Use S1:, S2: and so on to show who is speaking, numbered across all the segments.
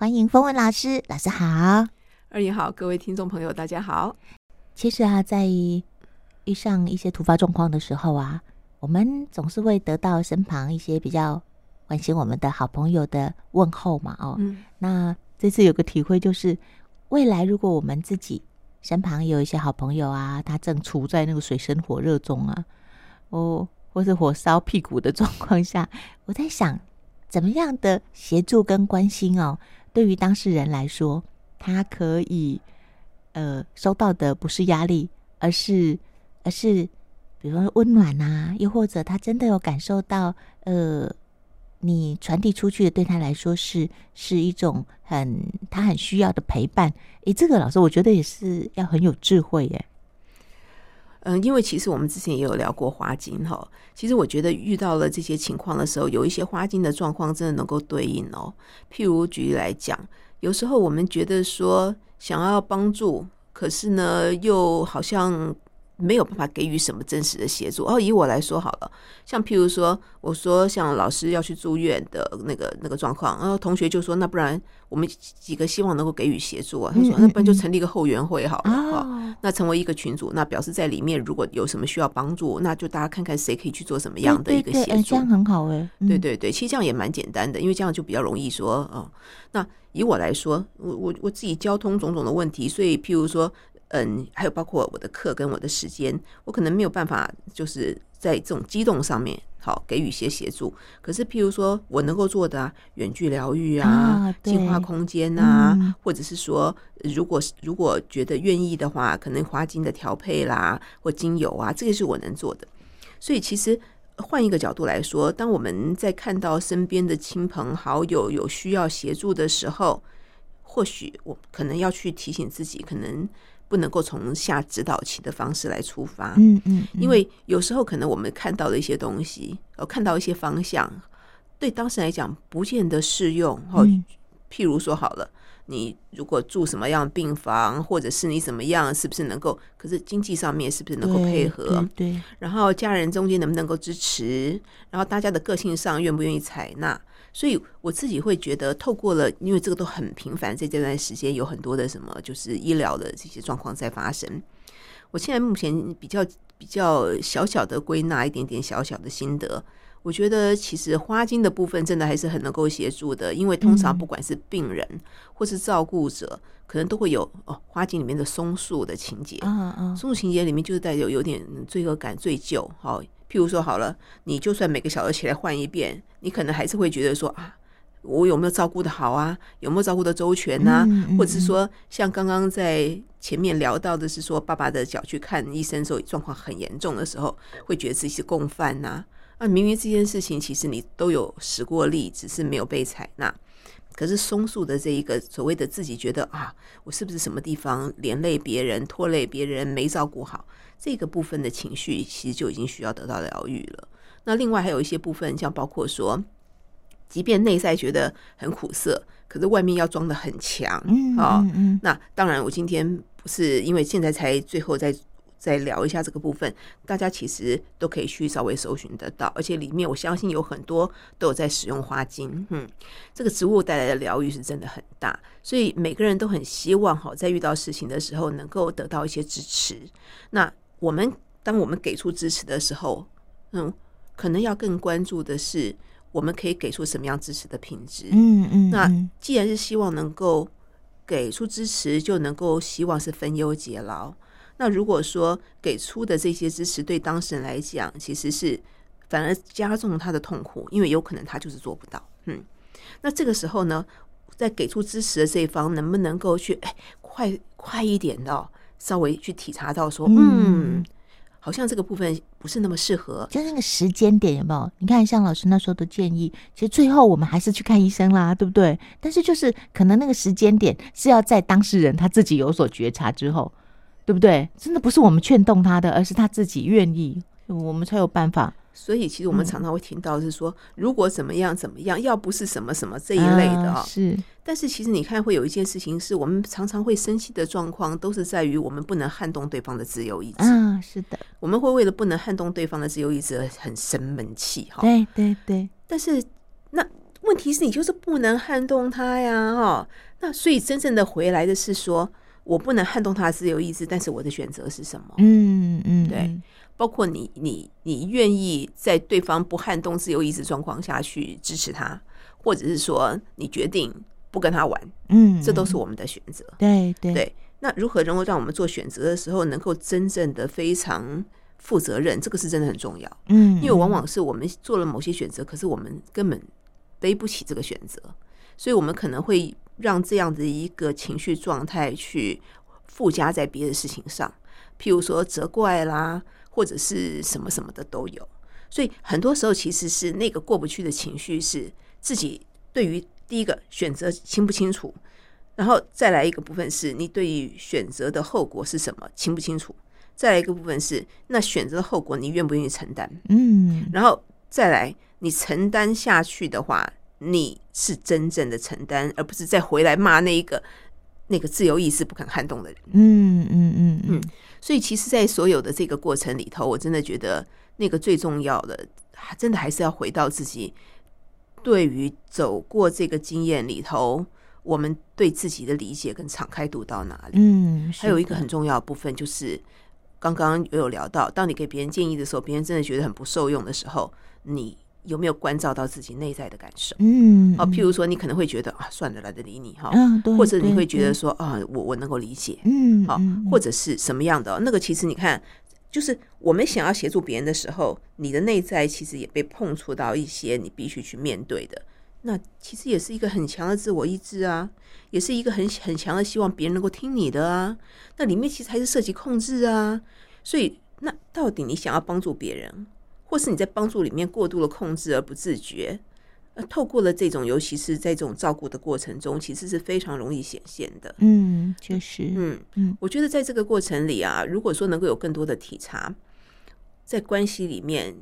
S1: 欢迎风文老师，老师好。
S2: 二姨好，各位听众朋友，大家好。
S1: 其实啊，在遇上一些突发状况的时候啊，我们总是会得到身旁一些比较关心我们的好朋友的问候嘛。哦，
S2: 嗯
S1: 那这次有个体会就是，未来如果我们自己身旁有一些好朋友啊，他正处在那个水深火热中啊，哦，或是火烧屁股的状况下，我在想，怎么样的协助跟关心哦，对于当事人来说，他可以呃收到的不是压力，而是而是。比如说温暖啊，又或者他真的有感受到，呃，你传递出去的对他来说是是一种很他很需要的陪伴。诶，这个老师我觉得也是要很有智慧耶。
S2: 嗯，因为其实我们之前也有聊过花精哈，其实我觉得遇到了这些情况的时候，有一些花精的状况真的能够对应哦。譬如举例来讲，有时候我们觉得说想要帮助，可是呢又好像没有办法给予什么真实的协助。哦，以我来说好了，像譬如说，我说像老师要去住院的那个那个状况，然后同学就说，那不然我们几个希望能够给予协助啊。他说，
S1: 嗯嗯
S2: 那不然就
S1: 嗯
S2: 成立一个后援会好了哈。
S1: 哦，
S2: 那成为一个群组，那表示在里面如果有什么需要帮助，那就大家看看谁可以去做什么
S1: 一
S2: 样的一个协
S1: 对对对诶
S2: 助
S1: 这。样很好哎。嗯
S2: 对，对对，其实这样也蛮简单的，因为这样就比较容易说哦。那以我来说，我我我自己交通种种的问题，所以譬如说，嗯，还有包括我的课跟我的时间，我可能没有办法就是在这种机动上面好给予一些协助。可是譬如说我能够做的啊，远距疗愈啊
S1: 啊，对
S2: 净化空间啊，
S1: 嗯
S2: 或者是说，呃如果是如果觉得愿意的话，可能花精的调配啦，或精油啊，这个是我能做的。所以其实呃换一个角度来说，当我们在看到身边的亲朋好友有需要协助的时候，或许我可能要去提醒自己，可能不能够从下指导期的方式来出发，
S1: 嗯嗯，嗯
S2: 因为有时候可能我们看到的一些东西，呃，看到一些方向，对当事人来讲不见得适用。哦，
S1: 嗯
S2: 譬如说好了。你如果住什么样的病房，或者是你怎么样，是不是能够？可是经济上面是不是能够
S1: 对
S2: 配
S1: 嗯
S2: 合？
S1: 对对
S2: 然后家人中间能不能够支持，然后大家的个性上愿不愿意采纳。所以我自己会觉得，透过了，因为这个都很频繁，在这段时间有很多的什么，就是医疗的这些状况在发生。我现在目前比较比较小小的归纳一点点小小的心得，我觉得其实花精的部分真的还是很能够协助的，因为通常
S1: 嗯
S2: 不管是病人或是照顾者，可能都会有哦花精里面的松树的情节
S1: 啊啊，
S2: 松鼠情节里面就是带有有点罪恶感、罪疚。好，譬如说好了，你就算每个小时起来换一遍，你可能还是会觉得说啊，我有没有照顾的好啊？有没有照顾的周全呐、
S1: 嗯嗯
S2: 或者是说，像刚刚在前面聊到的是说，爸爸的脚去看医生的时候状况很严重的时候，会觉得自己是共犯呐、啊，明明这件事情其实你都有使过力，只是没有被采纳。可是松树的这一个所谓的自己觉得啊，我是不是什么地方连累别人、拖累别人、没照顾好这个部分的情绪，其实就已经需要得到疗愈了。那另外还有一些部分，像包括说，即便内在觉得很苦涩，可是外面要装的很强，
S1: 嗯
S2: 哦
S1: 嗯嗯，
S2: 那当然，我今天不是因为现在才最后再再聊一下这个部分，大家其实都可以去稍微搜寻得到，而且里面我相信有很多都有在使用花精，嗯，这个植物带来的疗愈是真的很大，所以每个人都很希望哈，在遇到事情的时候能够得到一些支持。那我们当我们给出支持的时候，嗯，可能要更关注的是我们可以给出什么样支持的品质，
S1: 嗯嗯，
S2: 那
S1: 嗯
S2: 既然是希望能够给出支持，就能够希望是分忧解劳。那如果说给出的这些支持对当事人来讲，其实是反而加重他的痛苦，因为有可能他就是做不到。嗯，那这个时候呢，在给出支持的这一方，能不能够去哎快快一点的、哦，稍微去体察到说，
S1: 嗯
S2: 嗯，好像这个部分不是那么适合，
S1: 就是那个时间点有没有？你看，像老师那时候的建议，其实最后我们还是去看医生啦，对不对？但是就是可能那个时间点是要在当事人他自己有所觉察之后，对不对？真的不是我们劝动他的，而是他自己愿意，我们才有办法。
S2: 所以其实我们
S1: 嗯
S2: 常常会听到是说，如果怎么样怎么样，要不是什么什么这一类的
S1: 啊
S2: 啊、
S1: 是
S2: 但是其实你看，会有一件事情是我们常常会生气的状况，都是在于我们不能撼动对方的自由意志。
S1: 啊，是的，
S2: 我们会为了不能撼动对方的自由意志而很生闷气哈。
S1: 对对对，
S2: 但是那问题是你就是不能撼动他呀，哈、那所以真正的回来的是说，我不能撼动他的自由意志，但是我的选择是什么？
S1: 嗯嗯，
S2: 对
S1: 嗯，
S2: 包括你，你，你愿意在对方不撼动自由意志状况下去支持他，或者是说你决定不跟他玩，
S1: 嗯，
S2: 这都是我们的选择。
S1: 对对
S2: 对那如何能够让我们做选择的时候，能够真正的非常负责任，这个是真的很重要。
S1: 嗯，
S2: 因为往往是我们做了某些选择，可是我们根本背不起这个选择，所以我们可能会让这样的一个情绪状态去附加在别的事情上，譬如说责怪啦，或者是什么什么的都有。所以很多时候其实是那个过不去的情绪是自己对于第一个选择清不清楚，然后再来一个部分是你对于选择的后果是什么清不清楚，再来一个部分是那选择的后果你愿不愿意承担。
S1: 嗯
S2: 然后再来，你承担下去的话，你是真正的承担，而不是再回来骂那一个那个自由意志不肯撼动的人。
S1: 嗯嗯嗯嗯
S2: 嗯所以，其实，在所有的这个过程里头，我真的觉得那个最重要的，还真的还是要回到自己对于走过这个经验里头，我们对自己的理解跟敞开度到哪里。
S1: 嗯，是
S2: 还有一个
S1: 的
S2: 很重要的部分就是，刚刚也有聊到，当你给别人建议的时候，别人真的觉得很不受用的时候，你有没有关照到自己内在的感受？
S1: 嗯
S2: 哦，譬
S1: 如
S2: 如说，你可能会觉得啊，算了，懒得理你哈，
S1: 嗯，对，
S2: 或者你
S1: 对
S2: 会觉
S1: 对
S2: 得说啊，我我能够理解，
S1: 嗯，
S2: 好
S1: 嗯
S2: 或者是什么样的哦那个，其实你看，就是我们想要协助别人的时候，你的内在其实也被碰触到一些你必须去面对的。那其实也是一个很强的自我意志啊，也是一个很很强的希望别人能够听你的啊。那里面其实还是涉及控制啊，所以那到底你想要帮助别人，或是你在帮助里面过度的控制而不自觉？呃，透过了这种，尤其是在这种照顾的过程中，其实是非常容易显现的。
S1: 嗯，确实，
S2: 嗯
S1: 嗯
S2: 嗯，我觉得在这个过程里啊，如果说能够有更多的体察，在关系里面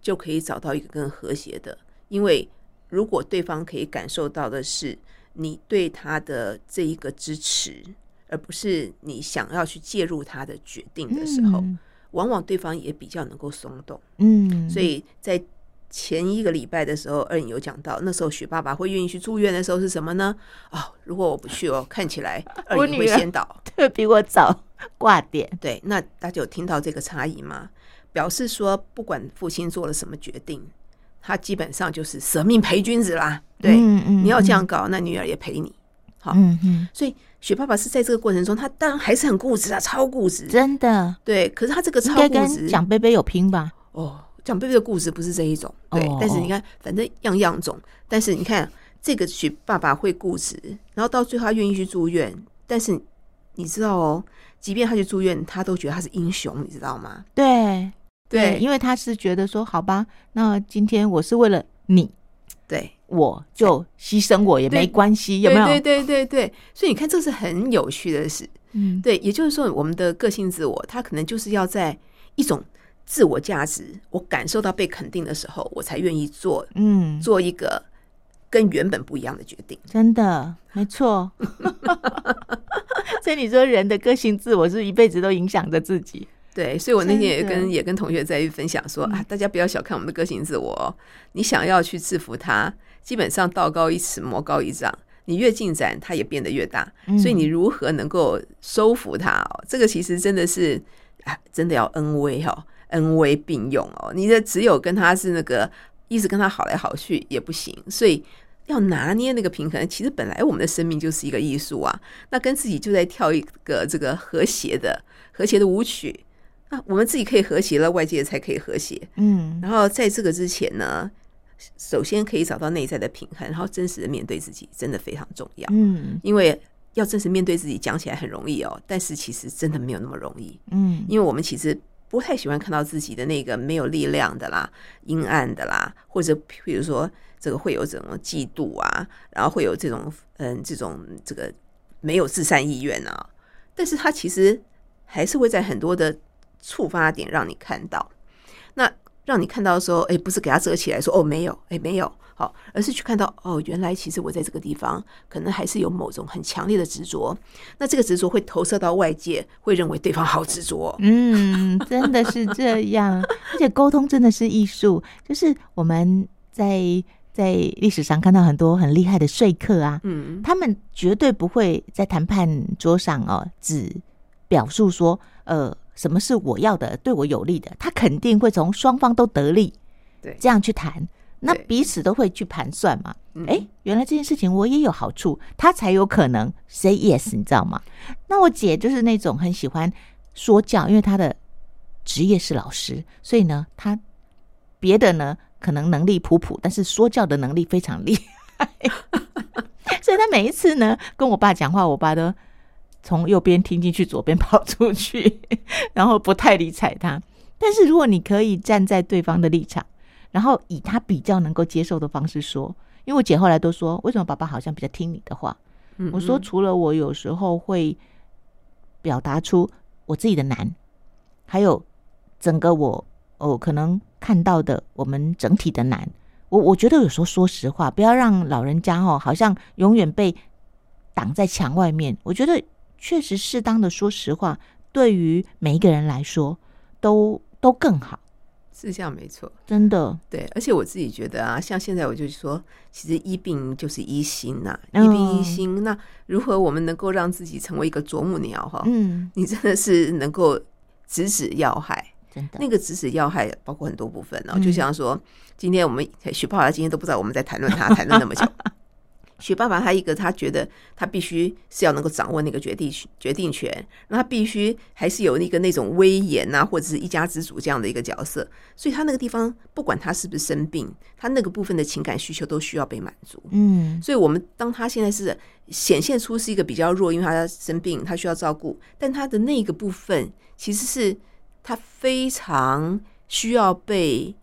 S2: 就可以找到一个更和谐的，因为如果对方可以感受到的是你对他的这一个支持，而不是你想要去介入他的决定的时候，
S1: 嗯
S2: 往往对方也比较能够松动。
S1: 嗯，
S2: 所以在前一个礼拜的时候，二颖有讲到，那时候许爸爸会愿意去住院的时候是什么呢？哦，如果我不去哦，看起来二
S1: 我
S2: 颖
S1: 女
S2: 会
S1: 儿
S2: 先倒。
S1: 特比我早挂点，
S2: 对，那大家有听到这个差异吗？表示说，不管父亲做了什么决定，他基本上就是舍命陪君子啦。对，
S1: 嗯嗯，
S2: 你要这样
S1: 嗯，
S2: 搞，那女儿也陪你。好，
S1: 嗯嗯，
S2: 所以雪爸爸是在这个过程中，他当然还是很固执啊，超固执。
S1: 真的
S2: 对，可是他这个
S1: 应
S2: 超
S1: 该
S2: 固
S1: 跟
S2: 执，
S1: 蒋贝贝有拼吧？
S2: 哦，蒋贝贝的故事不是这一种，对。
S1: 哦
S2: 但是你看，反正样样种，但是你看这个许爸爸会固执，然后到最后他愿意去住院，但是你知道哦，即便他去住院，他都觉得他是英雄，你知道吗？
S1: 对因
S2: 对
S1: 为他是觉得说，好吧，那今天我是为了你，
S2: 对
S1: 我就牺牲我也没
S2: 对
S1: 关系，有没
S2: 对
S1: 有？
S2: 对对对，所以你看，这是很有趣的事。
S1: 嗯，
S2: 对，也就是说，我们的个性自我，它可能就是要在一种自我价值，我感受到被肯定的时候，我才愿意做
S1: 嗯，
S2: 做一个跟原本不一样的决定。
S1: 真的没错。 所以你说人的个性自我是一辈子都影响着自己，
S2: 对，所以我那天也
S1: 真的嗯
S2: 跟也跟同学在分享说啊，大家不要小看我们的个性自我、哦，你想要去制服它，基本上道高一尺，魔高一丈。你越进展，它也变得越大。所以你如何能够收服它、哦？这个其实真的是啊，真的要恩威哦，恩威并用哦。你的只有跟它是那个一直跟它好来好去也不行，所以要拿捏那个平衡。其实本来我们的生命就是一个艺术啊，那跟自己就在跳一个这个和谐的和谐的舞曲。那我们自己可以和谐了，外界才可以和谐。
S1: 嗯
S2: 然后在这个之前呢，首先可以找到内在的平衡，然后真实的面对自己，真的非常重要。
S1: 嗯
S2: 因为要真实面对自己，讲起来很容易哦，但是其实真的没有那么容易，
S1: 嗯
S2: 因为我们其实不太喜欢看到自己的那个没有力量的啦、阴暗的啦，或者比如说这个会有这种嫉妒啊，然后会有这种嗯这种这个没有自善意愿啊，但是它其实还是会在很多的触发点让你看到，那让你看到说，哎，不是给它遮起来说哦没有，哎没有。好，而是去看到哦，原来其实我在这个地方可能还是有某种很强烈的执着，那这个执着会投射到外界，会认为对方好执着哦、
S1: 嗯，真 的是这样。而且沟通真的是艺术，就是我们在在历史上看到很多很厉害的说客啊，
S2: 嗯，
S1: 他们绝对不会在谈判桌上哦，只表述说，呃，什么是我要的，对我有利的，他肯定会从双方都得利，
S2: 对
S1: 这样去谈，那
S2: 对
S1: 彼此都会去盘算嘛。
S2: 嗯
S1: 哎，原来这件事情我也有好处，他才有可能 say yes，你知道吗？那我姐就是那种很喜欢说教，因为她的职业是老师，所以呢，她别的呢可能能力普普，但是说教的能力非常厉害， 所以她每一次呢跟我爸讲话，我爸都从右边听进去，左边跑出去， 然后不太理睬他。但是如果你可以站在对方的立场，然后以他比较能够接受的方式说，因为我姐后来都说，为什么爸爸好像比较听你的话？
S2: 嗯
S1: 我说，除了我有时候会表达出我自己的难，还有整个我哦可能看到的我们整体的难，我我觉得有时候说实话，不要让老人家哦好像永远被挡在墙外面。我觉得确实适当的说实话，对于每一个人来说都都更好，
S2: 是这样没错。
S1: 真的。
S2: 对，而且我自己觉得啊，像现在我就说，其实医病就是医心呐、
S1: 嗯
S2: 一病一心。那如何我们能够让自己成为一个啄木鸟哈？
S1: 嗯，
S2: 你真的是能够直指要害，
S1: 真的
S2: 那个直指要害包括很多部分哦，
S1: 嗯
S2: 就像说，今天我们许爸爸今天都不知道我们在谈论他，谈论那么久。许爸爸他一个，他觉得他必须是要能够掌握那个决定决定权，那他必须还是有一个那种威严啊，或者是一家之主这样的一个角色，所以他那个地方不管他是不是生病，他那个部分的情感需求都需要被满足。
S1: 嗯
S2: 所以我们当他现在是显现出是一个比较弱，因为他生病，他需要照顾，但他的那个部分其实是他非常需要被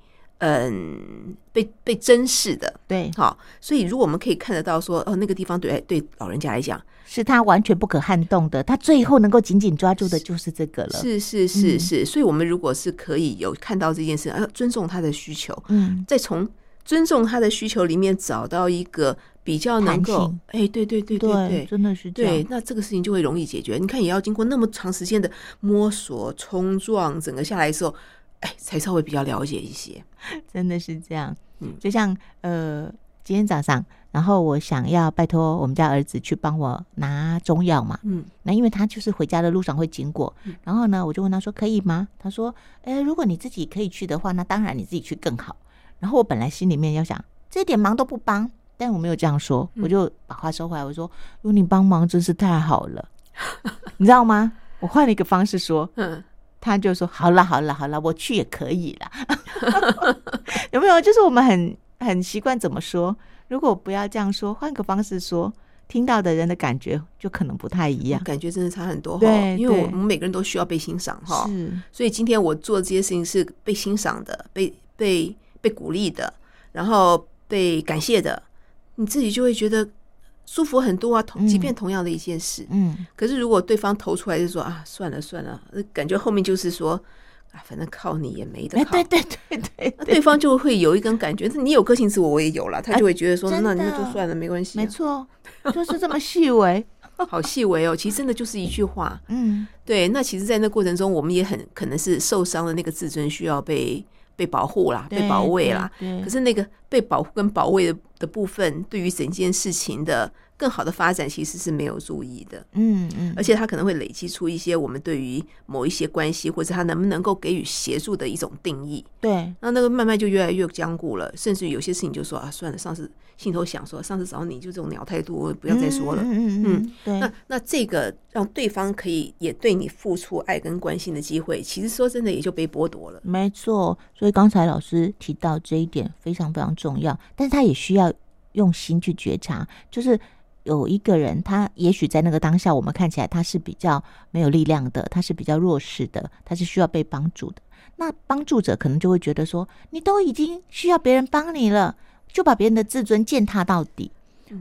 S2: 嗯被被珍视的。
S1: 对，
S2: 好，所以如果我们可以看得到说，哦，那个地方对对老人家来讲
S1: 是他完全不可撼动的，他最后能够紧紧抓住的就是这个了。
S2: 是是是是，所以我们如果是可以有看到这件事，要呃尊重他的需求，
S1: 嗯，
S2: 再从尊重他的需求里面找到一个比较能
S1: 弹
S2: 够
S1: 性，
S2: 哎，对对对对对
S1: 对，，真的是这
S2: 对
S1: 样。，
S2: 那这个事情就会容易解决。你看，也要经过那么长时间的摸索、冲撞，整个下来之后，哎，才稍微比较了解一些。
S1: 真的是这样
S2: 嗯。
S1: 就像呃，今天早上，然后我想要拜托我们家儿子去帮我拿中药嘛，
S2: 嗯
S1: 那因为他就是回家的路上会经过，然后呢，我就问他说可以吗？他说，哎，如果你自己可以去的话，那当然你自己去更好。然后我本来心里面要想，这点忙都不帮，但我没有这样说，我就把话收回来，我说，有你帮忙真是太好了， 你知道吗？我换了一个方式说，
S2: 嗯，
S1: 他就说：“好了，好了，好了，我去也可以啦。” 有没有？就是我们很很习惯怎么说，如果不要这样说，换个方式说，听到的人的感觉就可能不太一样。
S2: 感觉真的差很多哈。
S1: 对
S2: 因为我
S1: 对
S2: 们每个人都需要被欣赏哈，
S1: 是，
S2: 所以今天我做这些事情是被欣赏的、被被被鼓励的，然后被感谢的，你自己就会觉得舒服很多啊。同即
S1: 嗯
S2: 便同样的一件事，
S1: 嗯，
S2: 可是如果对方投出来就说啊，算了算了，呃感觉后面就是说啊，反正靠你也没得
S1: 哎，
S2: 靠。
S1: 对对对对
S2: 那
S1: 对，
S2: 对方就会有一根感觉，那你有个性自我，我也有了，他就会觉得说，
S1: 哎
S2: 那
S1: 真的
S2: 那就算了，没关系啊、
S1: 没错，就是这么细微。
S2: 好细微哦。其实真的就是一句话，
S1: 嗯，
S2: 对。那其实，在那过程中，我们也很可能是受伤的那个自尊需要被被保护啦，
S1: 对
S2: 被保卫啦。，
S1: 对，
S2: 可
S1: 对
S2: 是那个被保护跟保卫的的部分，对于整件事情的更好的发展，其实是没有注意的。
S1: 嗯嗯，
S2: 而且它可能会累积出一些我们对于某一些关系，或者他能不能够给予协助的一种定义。
S1: 对，
S2: 那那个慢慢就越来越僵固了，甚至有些事情就说啊，算了，上次心头想说，上次找你就这种鸟态度，我不
S1: 不
S2: 要再说了。
S1: 嗯嗯嗯，对，
S2: 那那这个让对方可以也对你付出爱跟关心的机会，其实说真的也就被剥夺了。
S1: 没错，所以刚才老师提到这一点非常非常重要，但是他也需要用心去觉察，就是有一个人，他也许在那个当下，我们看起来他是比较没有力量的，他是比较弱势的，他是需要被帮助的。那帮助者可能就会觉得说，你都已经需要别人帮你了，就把别人的自尊践踏到底。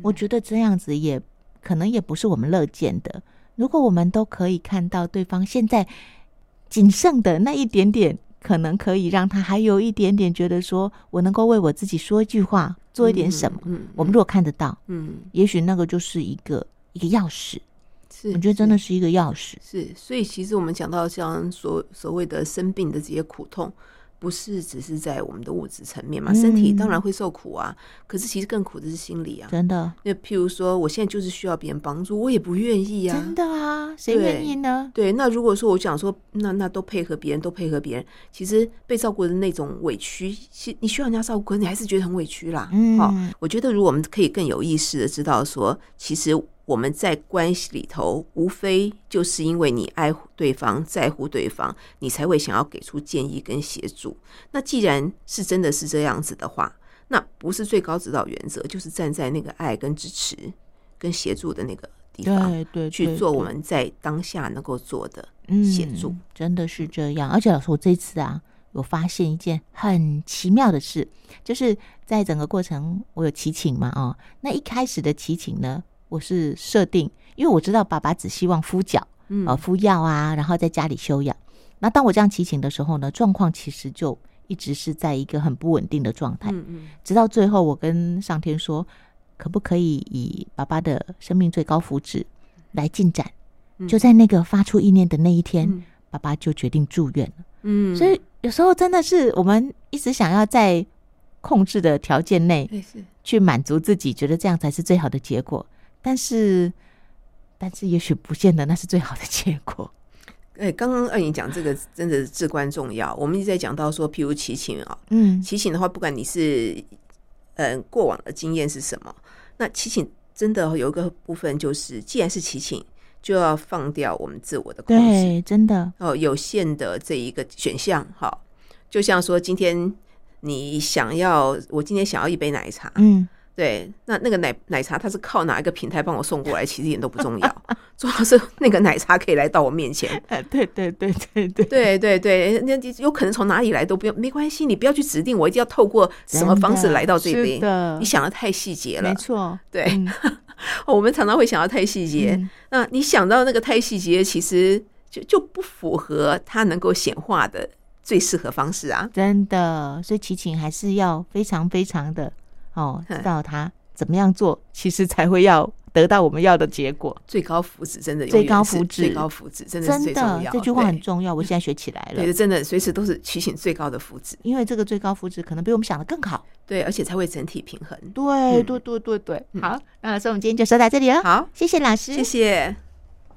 S1: 我觉得这样子也可能也不是我们乐见的。如果我们都可以看到对方现在仅剩的那一点点，可能可以让他还有一点点觉得说我能够为我自己说一句话，做一点什么。
S2: 嗯，嗯
S1: 我们如果看得到，
S2: 嗯
S1: 也许那个就是一个一个钥匙。
S2: 是，
S1: 我觉得真
S2: 是
S1: 的是一个钥匙。
S2: 是，所以其实我们讲到像所所谓的生病的这些苦痛，不是只是在我们的物质层面
S1: 嗯
S2: 嘛，身体当然会受苦啊，可是其实更苦的是心理啊。
S1: 真的，
S2: 那譬如说，我现在就是需要别人帮助，我也不愿意呀、
S1: 真的啊，谁
S2: 对
S1: 愿意呢？
S2: 对，那如果说我想说，那那都配合别人，都配合别人，其实被照顾的那种委屈，其你需要人家照顾，可是你还是觉得很委屈啦。
S1: 嗯，
S2: 哦，我觉得如果我们可以更有意识的知道说，其实我们在关系里头，无非就是因为你爱护对方、在乎对方，你才会想要给出建议跟协助。那既然是真的是这样子的话，那不是最高指导原则，就是站在那个爱跟支持、跟协助的那个地方。
S1: 对对，
S2: 去
S1: 对
S2: 做
S1: 对
S2: 我们在当下能够做的。协
S1: 嗯，
S2: 助
S1: 真的是这样。而且老师，我这次啊，有发现一件很奇妙的事，就是在整个过程，我有祈请嘛，哦，那一开始的祈请呢，我是设定，因为我知道爸爸只希望敷脚，
S2: 嗯
S1: 呃，敷药啊，然后在家里休养。那当我这样祈请的时候呢，状况其实就一直是在一个很不稳定的状态。
S2: 嗯嗯，
S1: 直到最后，我跟上天说，可不可以以爸爸的生命最高福祉来进展？
S2: 嗯
S1: 就在那个发出意念的那一天，
S2: 嗯
S1: 爸爸就决定住院了。
S2: 嗯，
S1: 所以有时候真的是我们一直想要在控制的条件内
S2: 对是
S1: 去满足自己，觉得这样才是最好的结果，但是。但是也许不见得那是最好的结果。
S2: 哎，刚刚二颖讲这个真的至关重要。我们一直在讲到说，譬如骑行啊，
S1: 嗯，
S2: 骑行的话，不管你是嗯过往的经验是什么，那骑行真的有一个部分就是，既然是骑行，就要放掉我们自我的控制
S1: 对，真的，
S2: 哦，有限的这一个选项哈。就像说，今天你想要，我今天想要一杯奶茶，
S1: 嗯，
S2: 对，那那个奶奶茶它是靠哪一个平台帮我送过来，其实一点都不 重要，重要是那个奶茶可以来到我面前。
S1: 呃，对对对对对，
S2: 对对对，那你有可能从哪里来都不用，没关系，你不要去指定，我一定要透过什么方式来到这
S1: 真
S2: 边。
S1: 的
S2: 你
S1: 是
S2: 想的太细节
S1: 的，
S2: 了
S1: 没，错，
S2: 对、
S1: 嗯
S2: 我们常常会想到太细节。
S1: 嗯
S2: 那你想到那个太细节，其实就就不符合它能够显化的最适合方式啊。
S1: 真的，所以祈请还是要非常非常的哦，
S2: 嗯
S1: 知道他怎么样做，其实才会要得到我们要的结果。
S2: 最高福祉真的永
S1: 最
S2: 远
S1: 高
S2: 是
S1: 福
S2: 最
S1: 祉
S2: 高福祉真的是
S1: 真
S2: 最重
S1: 的
S2: 要。，
S1: 这句话很
S2: 对
S1: 重要，我现在学起来
S2: 对
S1: 了
S2: 的，。真的随时都是提醒最高的福祉。
S1: 因为这个最高福祉可能比我们想的更好。
S2: 对，而且才会整体平衡。
S1: 对
S2: 嗯
S1: 对对对对。
S2: 嗯
S1: 好，那老师，我们今天就说到这里了。
S2: 好，
S1: 谢谢老师，
S2: 谢谢。